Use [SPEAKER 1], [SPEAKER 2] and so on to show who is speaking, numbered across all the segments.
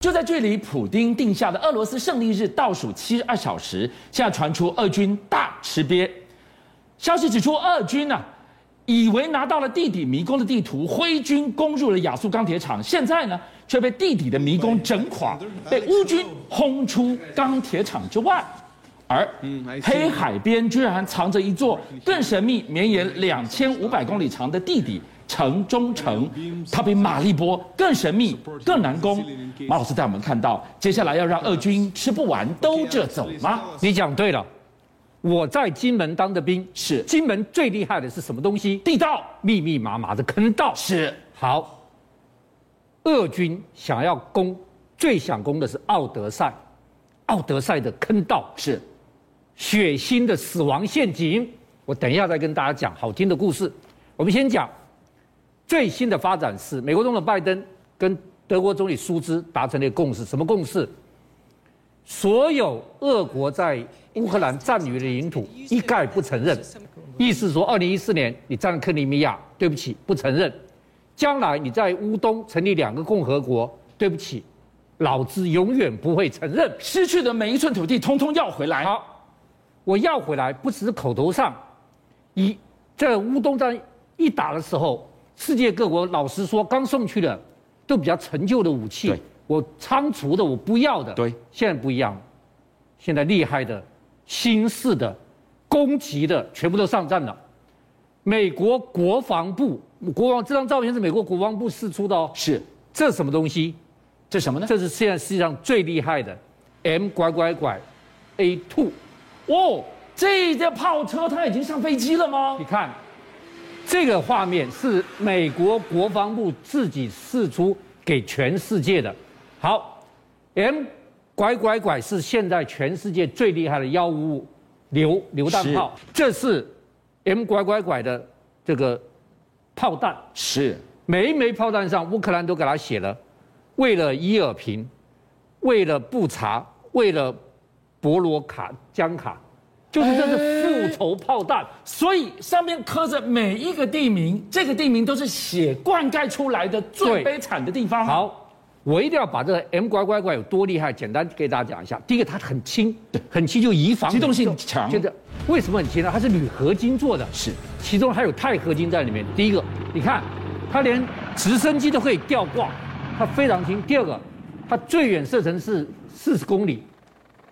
[SPEAKER 1] 就在距离普丁定下的俄罗斯胜利日倒数七十二小时，现在传出俄军大吃瘪。消息指出，俄军呢、啊、以为拿到了地底迷宫的地图，挥军攻入了亚速钢铁厂，现在呢却被地底的迷宫整垮，被乌军轰出钢铁厂之外。而
[SPEAKER 2] 哎
[SPEAKER 1] 黑海边居然藏着一座更神秘、绵延两千五百公里长的地底。城中城，它比马利波更神秘、更难攻。马老师带我们看到，接下来要让俄军吃不完兜着走吗？
[SPEAKER 2] 你讲对了，我在金门当的兵，
[SPEAKER 1] 是
[SPEAKER 2] 金门最厉害的是什么东西？
[SPEAKER 1] 地道，
[SPEAKER 2] 密密麻麻的坑道。
[SPEAKER 1] 是
[SPEAKER 2] 好，俄军想要攻，最想攻的是奥德赛，奥德赛的坑道
[SPEAKER 1] 是
[SPEAKER 2] 血腥的死亡陷阱。我等一下再跟大家讲好听的故事。我们先讲。最新的发展是，美国总统拜登跟德国总理舒兹达成了一个共识。什么共识？所有俄国在乌克兰占领的领土一概不承认，意思说，二零一四年你占了克里米亚，对不起，不承认；将来你在乌东成立两个共和国，对不起，老子永远不会承认。
[SPEAKER 1] 失去的每一寸土地，通通要回来。
[SPEAKER 2] 好，我要回来，不只是口头上。一这乌东战一打的时候。世界各国老实说，刚送去的都比较陈旧的武器，我仓促的，我不要的。
[SPEAKER 1] 对，
[SPEAKER 2] 现在不一样，现在厉害的、新式的、攻击的，全部都上战了。美国国防部，国防这张照片是美国国防部释出的哦。
[SPEAKER 1] 是，
[SPEAKER 2] 这什么东西？
[SPEAKER 1] 这什么呢？
[SPEAKER 2] 这是现在世界上最厉害的 M 拐拐拐 A two，
[SPEAKER 1] 哦，这架炮车它已经上飞机了吗？
[SPEAKER 2] 你看。这个画面是美国国防部自己释出给全世界的。好，M 拐拐拐是现在全世界最厉害的幺五五榴榴弹炮，这是 M 拐拐拐的这个炮弹。
[SPEAKER 1] 是
[SPEAKER 2] 每一枚炮弹上，乌克兰都给他写了，为了伊尔平，为了布查，为了博罗卡江卡。就是这是复仇炮弹，
[SPEAKER 1] 所以上面刻着每一个地名，这个地名都是血灌溉出来的最悲惨的地方。
[SPEAKER 2] 好，我一定要把这个 M 乖乖乖有多厉害，简单给大家讲一下。第一个，它很轻，很轻就移防，
[SPEAKER 1] 机动性强。
[SPEAKER 2] 就是为什么很轻呢？它是铝合金做的，
[SPEAKER 1] 是，
[SPEAKER 2] 其中还有钛合金在里面。第一个，你看，它连直升机都可以吊挂，它非常轻。第二个，它最远射程是四十公里，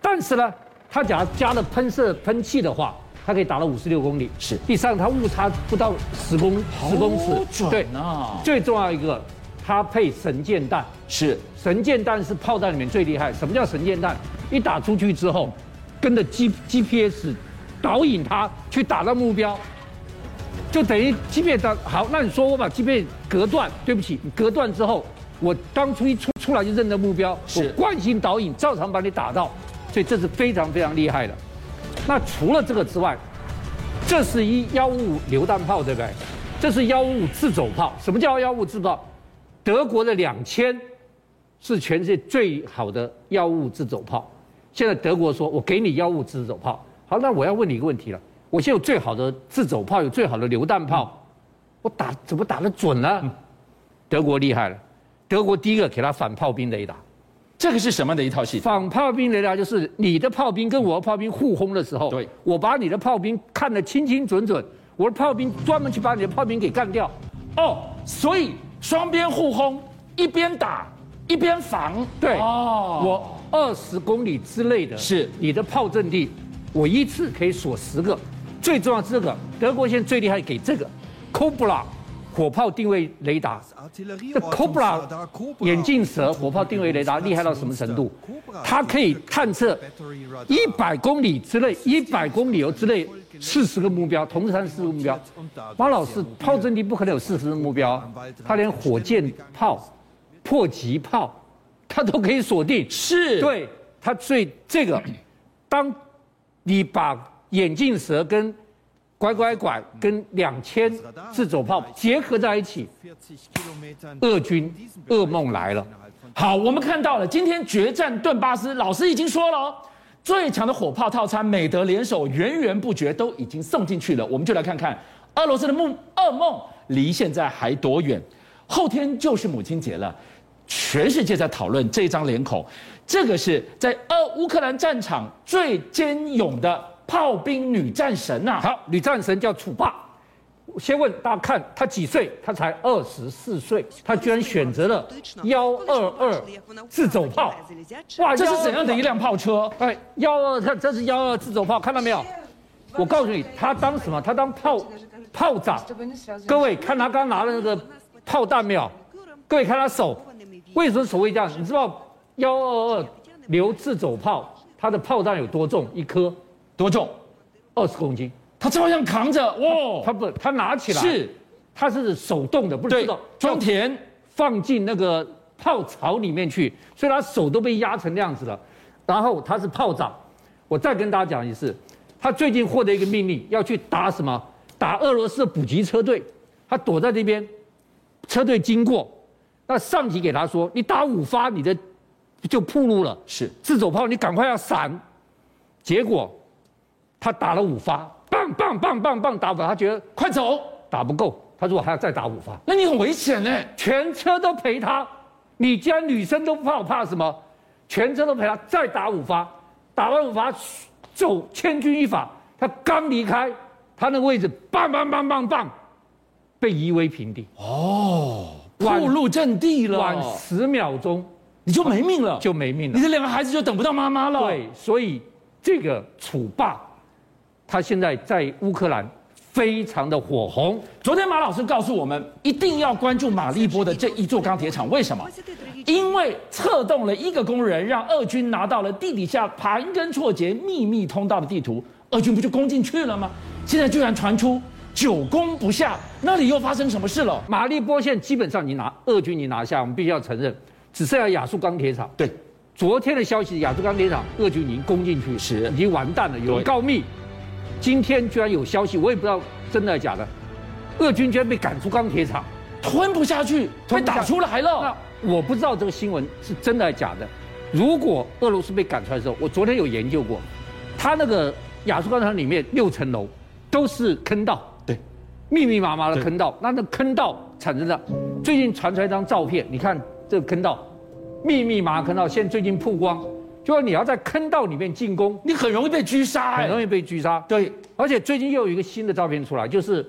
[SPEAKER 2] 但是呢。它假如加了喷射喷气的话，它可以达到五十六公里。
[SPEAKER 1] 是，
[SPEAKER 2] 第三，它误差不到十公十公尺，
[SPEAKER 1] 准啊！
[SPEAKER 2] 最重要一个，它配神箭弹。
[SPEAKER 1] 是，
[SPEAKER 2] 神箭弹是炮弹里面最厉害。什么叫神箭弹？一打出去之后，跟着 G G P S 导引它去打到目标，就等于即便它好，那你说我把 G P 隔断，对不起，你隔断之后，我当初一出出来就认得目标，我惯性导引照常把你打到。所以这是非常非常厉害的。那除了这个之外，这是一幺五五榴弹炮，对不对？这是幺五五自走炮。什么叫幺五自炮？德国的两千是全世界最好的幺五五自走炮。现在德国说，我给你幺五自走炮。好，那我要问你一个问题了：我现在有最好的自走炮，有最好的榴弹炮，我打怎么打得准呢、啊？德国厉害了，德国第一个给他反炮兵雷达。
[SPEAKER 1] 这个是什么的一套系统？
[SPEAKER 2] 反炮兵雷达就是你的炮兵跟我的炮兵互轰的时候，
[SPEAKER 1] 对，
[SPEAKER 2] 我把你的炮兵看得清清准准，我的炮兵专门去把你的炮兵给干掉。
[SPEAKER 1] 哦，所以双边互轰，一边打一边防。
[SPEAKER 2] 对，哦，我二十公里之内的，
[SPEAKER 1] 是
[SPEAKER 2] 你的炮阵地，我一次可以锁十个。最重要是这个，德国现在最厉害给这个 Cobra 火炮定位雷达，这 Cobra 眼镜蛇火炮定位雷达厉害到什么程度？它可以探测一百公里之内、一百公里之内四十个目标，同时三十个目标。马老师，炮阵地不可能有四十个目标，它连火箭炮、迫击炮，它都可以锁定。
[SPEAKER 1] 是，
[SPEAKER 2] 对它最这个，当你把眼镜蛇跟拐拐拐跟两千自走炮结合在一起，俄军噩梦来了。
[SPEAKER 1] 好，我们看到了，今天决战顿巴斯，老师已经说了、哦，最强的火炮套餐，美德联手源源不绝，都已经送进去了。我们就来看看俄罗斯的梦噩梦离现在还多远。后天就是母亲节了，全世界在讨论这张脸孔，这个是在俄乌克兰战场最坚勇的炮兵女战神呐、
[SPEAKER 2] 好，女战神叫楚霸。先问大家看，她几岁？她才二十四岁，她居然选择了幺二二自走炮。哇
[SPEAKER 1] 这是怎样的一？辆炮车？
[SPEAKER 2] 122哎，幺二，看这是幺二自走炮，看到没有？我告诉你，他当什么？他当炮炮长。各位看他刚拿的那个炮弹没有？各位看他手，为什么所谓这样？你知道幺二二流自走炮它的炮弹有多重？一颗
[SPEAKER 1] 多重？
[SPEAKER 2] 二十公斤。
[SPEAKER 1] 他照样扛着，哇！
[SPEAKER 2] 他不，他拿起来
[SPEAKER 1] 是，
[SPEAKER 2] 它是手动的，不是
[SPEAKER 1] 对
[SPEAKER 2] 自动，
[SPEAKER 1] 装填
[SPEAKER 2] 放进那个炮槽里面去，所以他手都被压成那样子了。然后他是炮长，我再跟大家讲一次，他最近获得一个命令，要去打什么？打俄罗斯的补给车队，他躲在这边，车队经过，那上级给他说，你打五发，你的就暴露了。
[SPEAKER 1] 是
[SPEAKER 2] 自走炮，你赶快要闪。结果他打了五发，棒棒棒棒棒打五发，他觉得
[SPEAKER 1] 快走，
[SPEAKER 2] 打不够，他说我还要再打五发，
[SPEAKER 1] 那你很危险呢。
[SPEAKER 2] 全车都陪他。你既然女生都不怕，我怕什么？全车都陪他，再打五发，打完五发走千钧一发。他刚离开他那个位置，棒棒棒棒棒，被夷为平地，晚
[SPEAKER 1] 步入阵地
[SPEAKER 2] 晚
[SPEAKER 1] 哦了，
[SPEAKER 2] 十秒钟
[SPEAKER 1] 你就没命了，
[SPEAKER 2] 就没命了
[SPEAKER 1] 你。的两个孩子就等不到妈妈了。
[SPEAKER 2] 对，所以这个楚霸，他现在在乌克兰非常的火红。
[SPEAKER 1] 昨天马老师告诉我们，一定要关注马利波的这一座钢铁厂，为什么？因为策动了一个工人，让俄军拿到了地底下盘根错节、秘密通道的地图，俄军不就攻进去了吗？现在居然传出久攻不下，那里又发生什么事了？
[SPEAKER 2] 马利波现在基本上你拿俄军你拿下，我们必须要承认，只剩下亚速钢铁厂。
[SPEAKER 1] 对，
[SPEAKER 2] 昨天的消息，亚速钢铁厂俄军已经攻进去，
[SPEAKER 1] 是
[SPEAKER 2] 已经完蛋了，有人
[SPEAKER 1] 对
[SPEAKER 2] 告密。今天居然有消息，我也不知道真的还是假的，俄军居然被赶出钢铁厂。
[SPEAKER 1] 吞不下去，被
[SPEAKER 2] 吞不下
[SPEAKER 1] 打出来
[SPEAKER 2] 那
[SPEAKER 1] 了。
[SPEAKER 2] 我不知道这个新闻是真的还是假的。如果俄罗斯被赶出来的时候，我昨天有研究过，它那个亚速钢厂里面六层楼都是坑道，
[SPEAKER 1] 对，
[SPEAKER 2] 密密麻麻的坑道。那那坑道产生的，最近传出来一张照片，你看这个坑道，密密麻麻坑道，现在最近曝光，就说你要在坑道里面进攻，
[SPEAKER 1] 你很容易被狙杀、
[SPEAKER 2] 很
[SPEAKER 1] 哎，
[SPEAKER 2] 容易被狙杀。
[SPEAKER 1] 对，
[SPEAKER 2] 而且最近又有一个新的照片出来，就是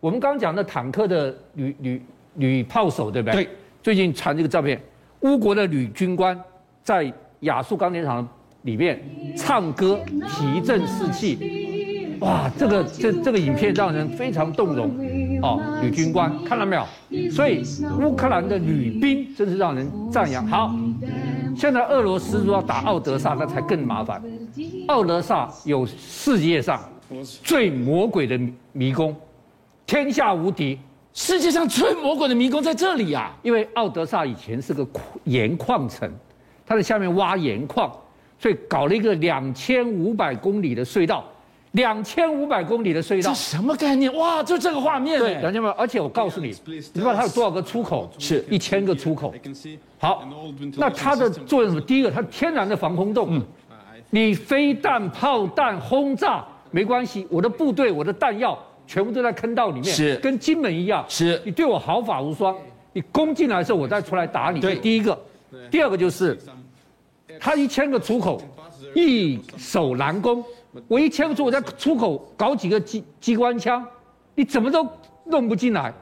[SPEAKER 2] 我们刚刚讲的坦克的女女女炮手，对不对？
[SPEAKER 1] 对。
[SPEAKER 2] 最近传这个照片，乌国的女军官在亚速钢铁厂里面唱歌，提振士气。哇，这个这这个影片让人非常动容哦，女军官看到没有？所以乌克兰的女兵真是让人赞扬。好，现在俄罗斯如果要打奥德萨，那才更麻烦。奥德萨有世界上最魔鬼的迷迷宫，天下无敌。
[SPEAKER 1] 世界上最魔鬼的迷宫在这里啊！
[SPEAKER 2] 因为奥德萨以前是个矿盐矿城，它在下面挖盐矿，所以搞了一个两千五百公里的隧道，两千五百公里的隧道
[SPEAKER 1] 这，什么概念？哇，就这个画面、
[SPEAKER 2] 对，
[SPEAKER 1] 哎
[SPEAKER 2] 两千五，而且我告诉你，你知道它有多少个出口？
[SPEAKER 3] 是
[SPEAKER 2] 一千个出口。好
[SPEAKER 3] 好，，
[SPEAKER 2] 那
[SPEAKER 3] 那
[SPEAKER 2] 它
[SPEAKER 3] 它
[SPEAKER 2] 的
[SPEAKER 3] 的
[SPEAKER 2] 作
[SPEAKER 3] 作
[SPEAKER 2] 用
[SPEAKER 3] 用
[SPEAKER 2] 是什
[SPEAKER 3] 是什
[SPEAKER 2] 么？
[SPEAKER 3] 么？
[SPEAKER 2] 第一个，它天然的防空洞，你飞弹、炮弹、轰炸没关系，我的部队、我的弹药全部都在坑道里面，
[SPEAKER 1] 是
[SPEAKER 2] 跟金门一样，
[SPEAKER 1] 是
[SPEAKER 2] 你对我毫发无伤，你攻进来的时候我再出来打你。
[SPEAKER 1] 对
[SPEAKER 2] 第一个，第二个就是，它一千个出口，易守难攻。我一千个出口，我在出口搞几个机机关枪，你怎么都弄不进来。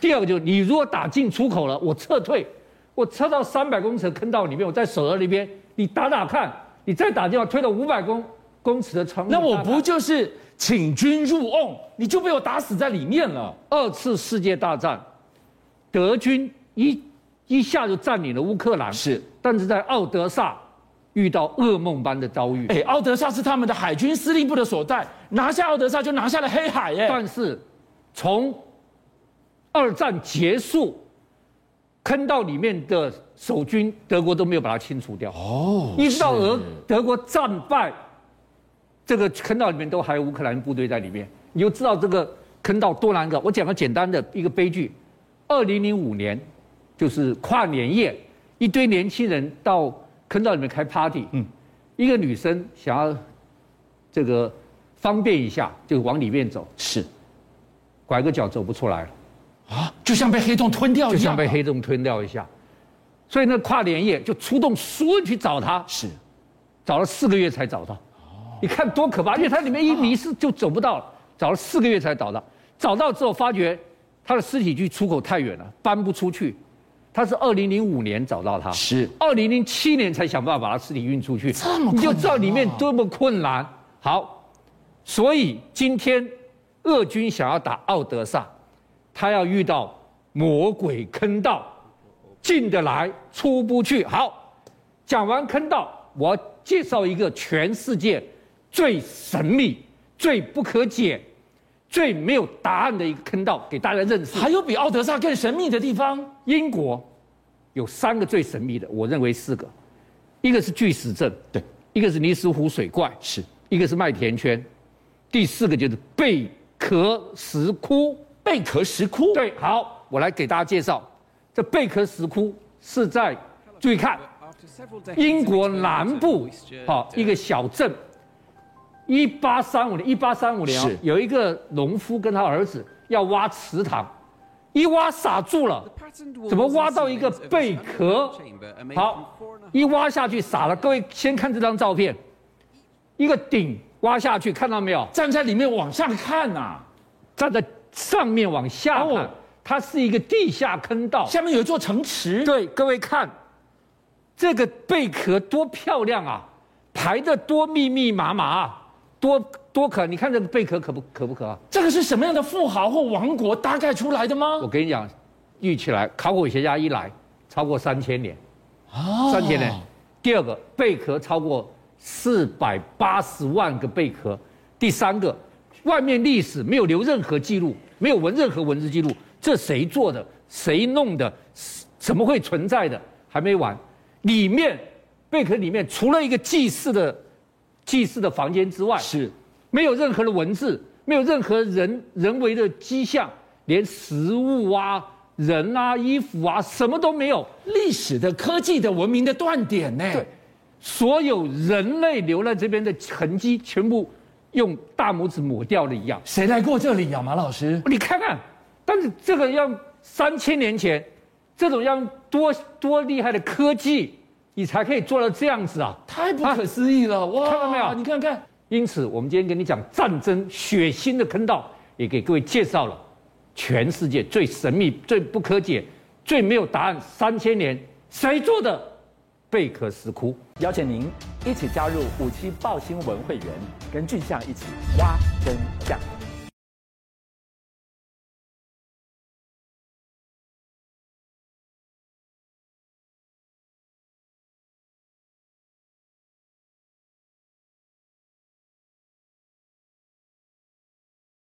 [SPEAKER 2] 第二个就是，你如果打进出口了，我撤退，我撤到三百公尺的坑道里面，我在守在那边，你打打看，你再打进来，推到五百公公尺的长路
[SPEAKER 1] 那我
[SPEAKER 2] 打打
[SPEAKER 1] 不就是请君入瓮，你就被我打死在里面了？
[SPEAKER 2] 二次世界大战，德军一一下就占领了乌克兰，
[SPEAKER 1] 是，
[SPEAKER 2] 但是在奥德萨遇到噩梦般的遭遇。
[SPEAKER 1] 哎，奥德萨是他们的海军司令部的所在，拿下奥德萨就拿下了黑海，哎，
[SPEAKER 2] 但是从二战结束，坑道里面的守军德国都没有把它清除掉。哦，一直到俄德国战败，这个坑道里面都还有乌克兰部队在里面，你就知道这个坑道多难搞。我讲个简单的一个悲剧：二零零五年，就是跨年夜，一堆年轻人到坑道里面开 party，嗯，一个女生想要这个方便一下，就往里面走，
[SPEAKER 1] 是
[SPEAKER 2] 拐个角走不出来了，
[SPEAKER 1] 啊，就像被黑洞吞掉一
[SPEAKER 2] 就
[SPEAKER 1] 样，
[SPEAKER 2] 像被黑洞吞掉一下。所以那跨连夜就出动所有人去找他，
[SPEAKER 1] 是，
[SPEAKER 2] 找了四个月才找到。你看多可
[SPEAKER 1] 哦
[SPEAKER 2] 怕，因为它里面一迷失就走不到了，找了四个月才找到。找到之后发觉他的尸体距出口太远了，搬不出去。他是二零零五年找到他，
[SPEAKER 1] 是
[SPEAKER 2] 二零零七年才想办法把他尸体运出去，
[SPEAKER 1] 这么困难啊
[SPEAKER 2] 你就知道里面多么困难。好，所以今天俄军想要打奥德萨，他要遇到魔鬼坑道，进得来出不去。好，讲完坑道，我介绍一个全世界最神秘、最不可解、最没有答案的一个坑道给大家认识。
[SPEAKER 1] 还有比奥德萨更神秘的地方？
[SPEAKER 2] 英国有三个最神秘的，我认为四个，一个是巨石阵，
[SPEAKER 1] 对，
[SPEAKER 2] 一个是尼斯湖水怪，
[SPEAKER 1] 是
[SPEAKER 2] 一个是麦田圈，第四个就是贝壳石窟。
[SPEAKER 1] 贝壳石窟。，
[SPEAKER 2] 对，好，我来给大家介绍，这贝壳石窟是在注意看英
[SPEAKER 3] 英
[SPEAKER 2] 国
[SPEAKER 3] 国
[SPEAKER 2] 南
[SPEAKER 3] 南
[SPEAKER 2] 部
[SPEAKER 3] 部，
[SPEAKER 2] 好
[SPEAKER 3] 好
[SPEAKER 2] 一
[SPEAKER 3] 一
[SPEAKER 2] 个
[SPEAKER 3] 个
[SPEAKER 2] 小镇。一八三五年，一八三五年、哦
[SPEAKER 1] 是、
[SPEAKER 2] 有一个农夫跟他儿子要挖池塘，一挖傻住了，
[SPEAKER 3] 怎么挖到一个贝壳？
[SPEAKER 2] 好
[SPEAKER 3] 好，
[SPEAKER 2] 一挖下去傻了。各位先看这张照片，一个顶挖下去，看到没有？
[SPEAKER 1] 站在里面往上看啊呐、
[SPEAKER 2] 站在上面往下看，
[SPEAKER 1] 哦
[SPEAKER 2] 它是一个地下坑道。
[SPEAKER 1] 下面有一座城池。
[SPEAKER 2] 对，各位看，这个贝壳多漂亮啊，排的多密密麻麻、啊，多多可。你看这个贝壳可不可不可、啊？
[SPEAKER 1] 这个是什么样的富豪或王国搭盖出来的吗
[SPEAKER 2] 我？跟你讲，预起来，考古学家一来，超过三千年，
[SPEAKER 1] 啊
[SPEAKER 2] 三千年。第二个，贝壳超过四百八十万个贝壳。第三个，外面历史没有留任何记录，没有文任何文字记录，这谁做的？谁弄的？是怎么会存在的？还没完，里面贝壳里面除了一个祭祀的祭祀的房间之外，
[SPEAKER 1] 是
[SPEAKER 2] 没有任何的文字，没有任何人人为的迹象，连食物啊、人啊、衣服啊，什么都没有。
[SPEAKER 1] 历史的、科技的、文明的断点哎呢？
[SPEAKER 2] 对，所有人类留在这边的痕迹，全部用大拇指抹掉了一样。
[SPEAKER 1] 谁来过这里呀、马老师？
[SPEAKER 2] 你看看，但是这个要三千年前，这种要多多厉害的科技，你才可以做到这样子啊！
[SPEAKER 1] 太不可思议了！哇，
[SPEAKER 2] 看到没有
[SPEAKER 1] 你看看，
[SPEAKER 2] 因此，我们今天跟你讲战争血腥的坑道，也给各位介绍了全世界最神秘、最不可解、最没有答案三千年谁做的贝壳石窟。
[SPEAKER 4] 邀请您一起加入五七报新闻会员，跟俊相一起挖真相。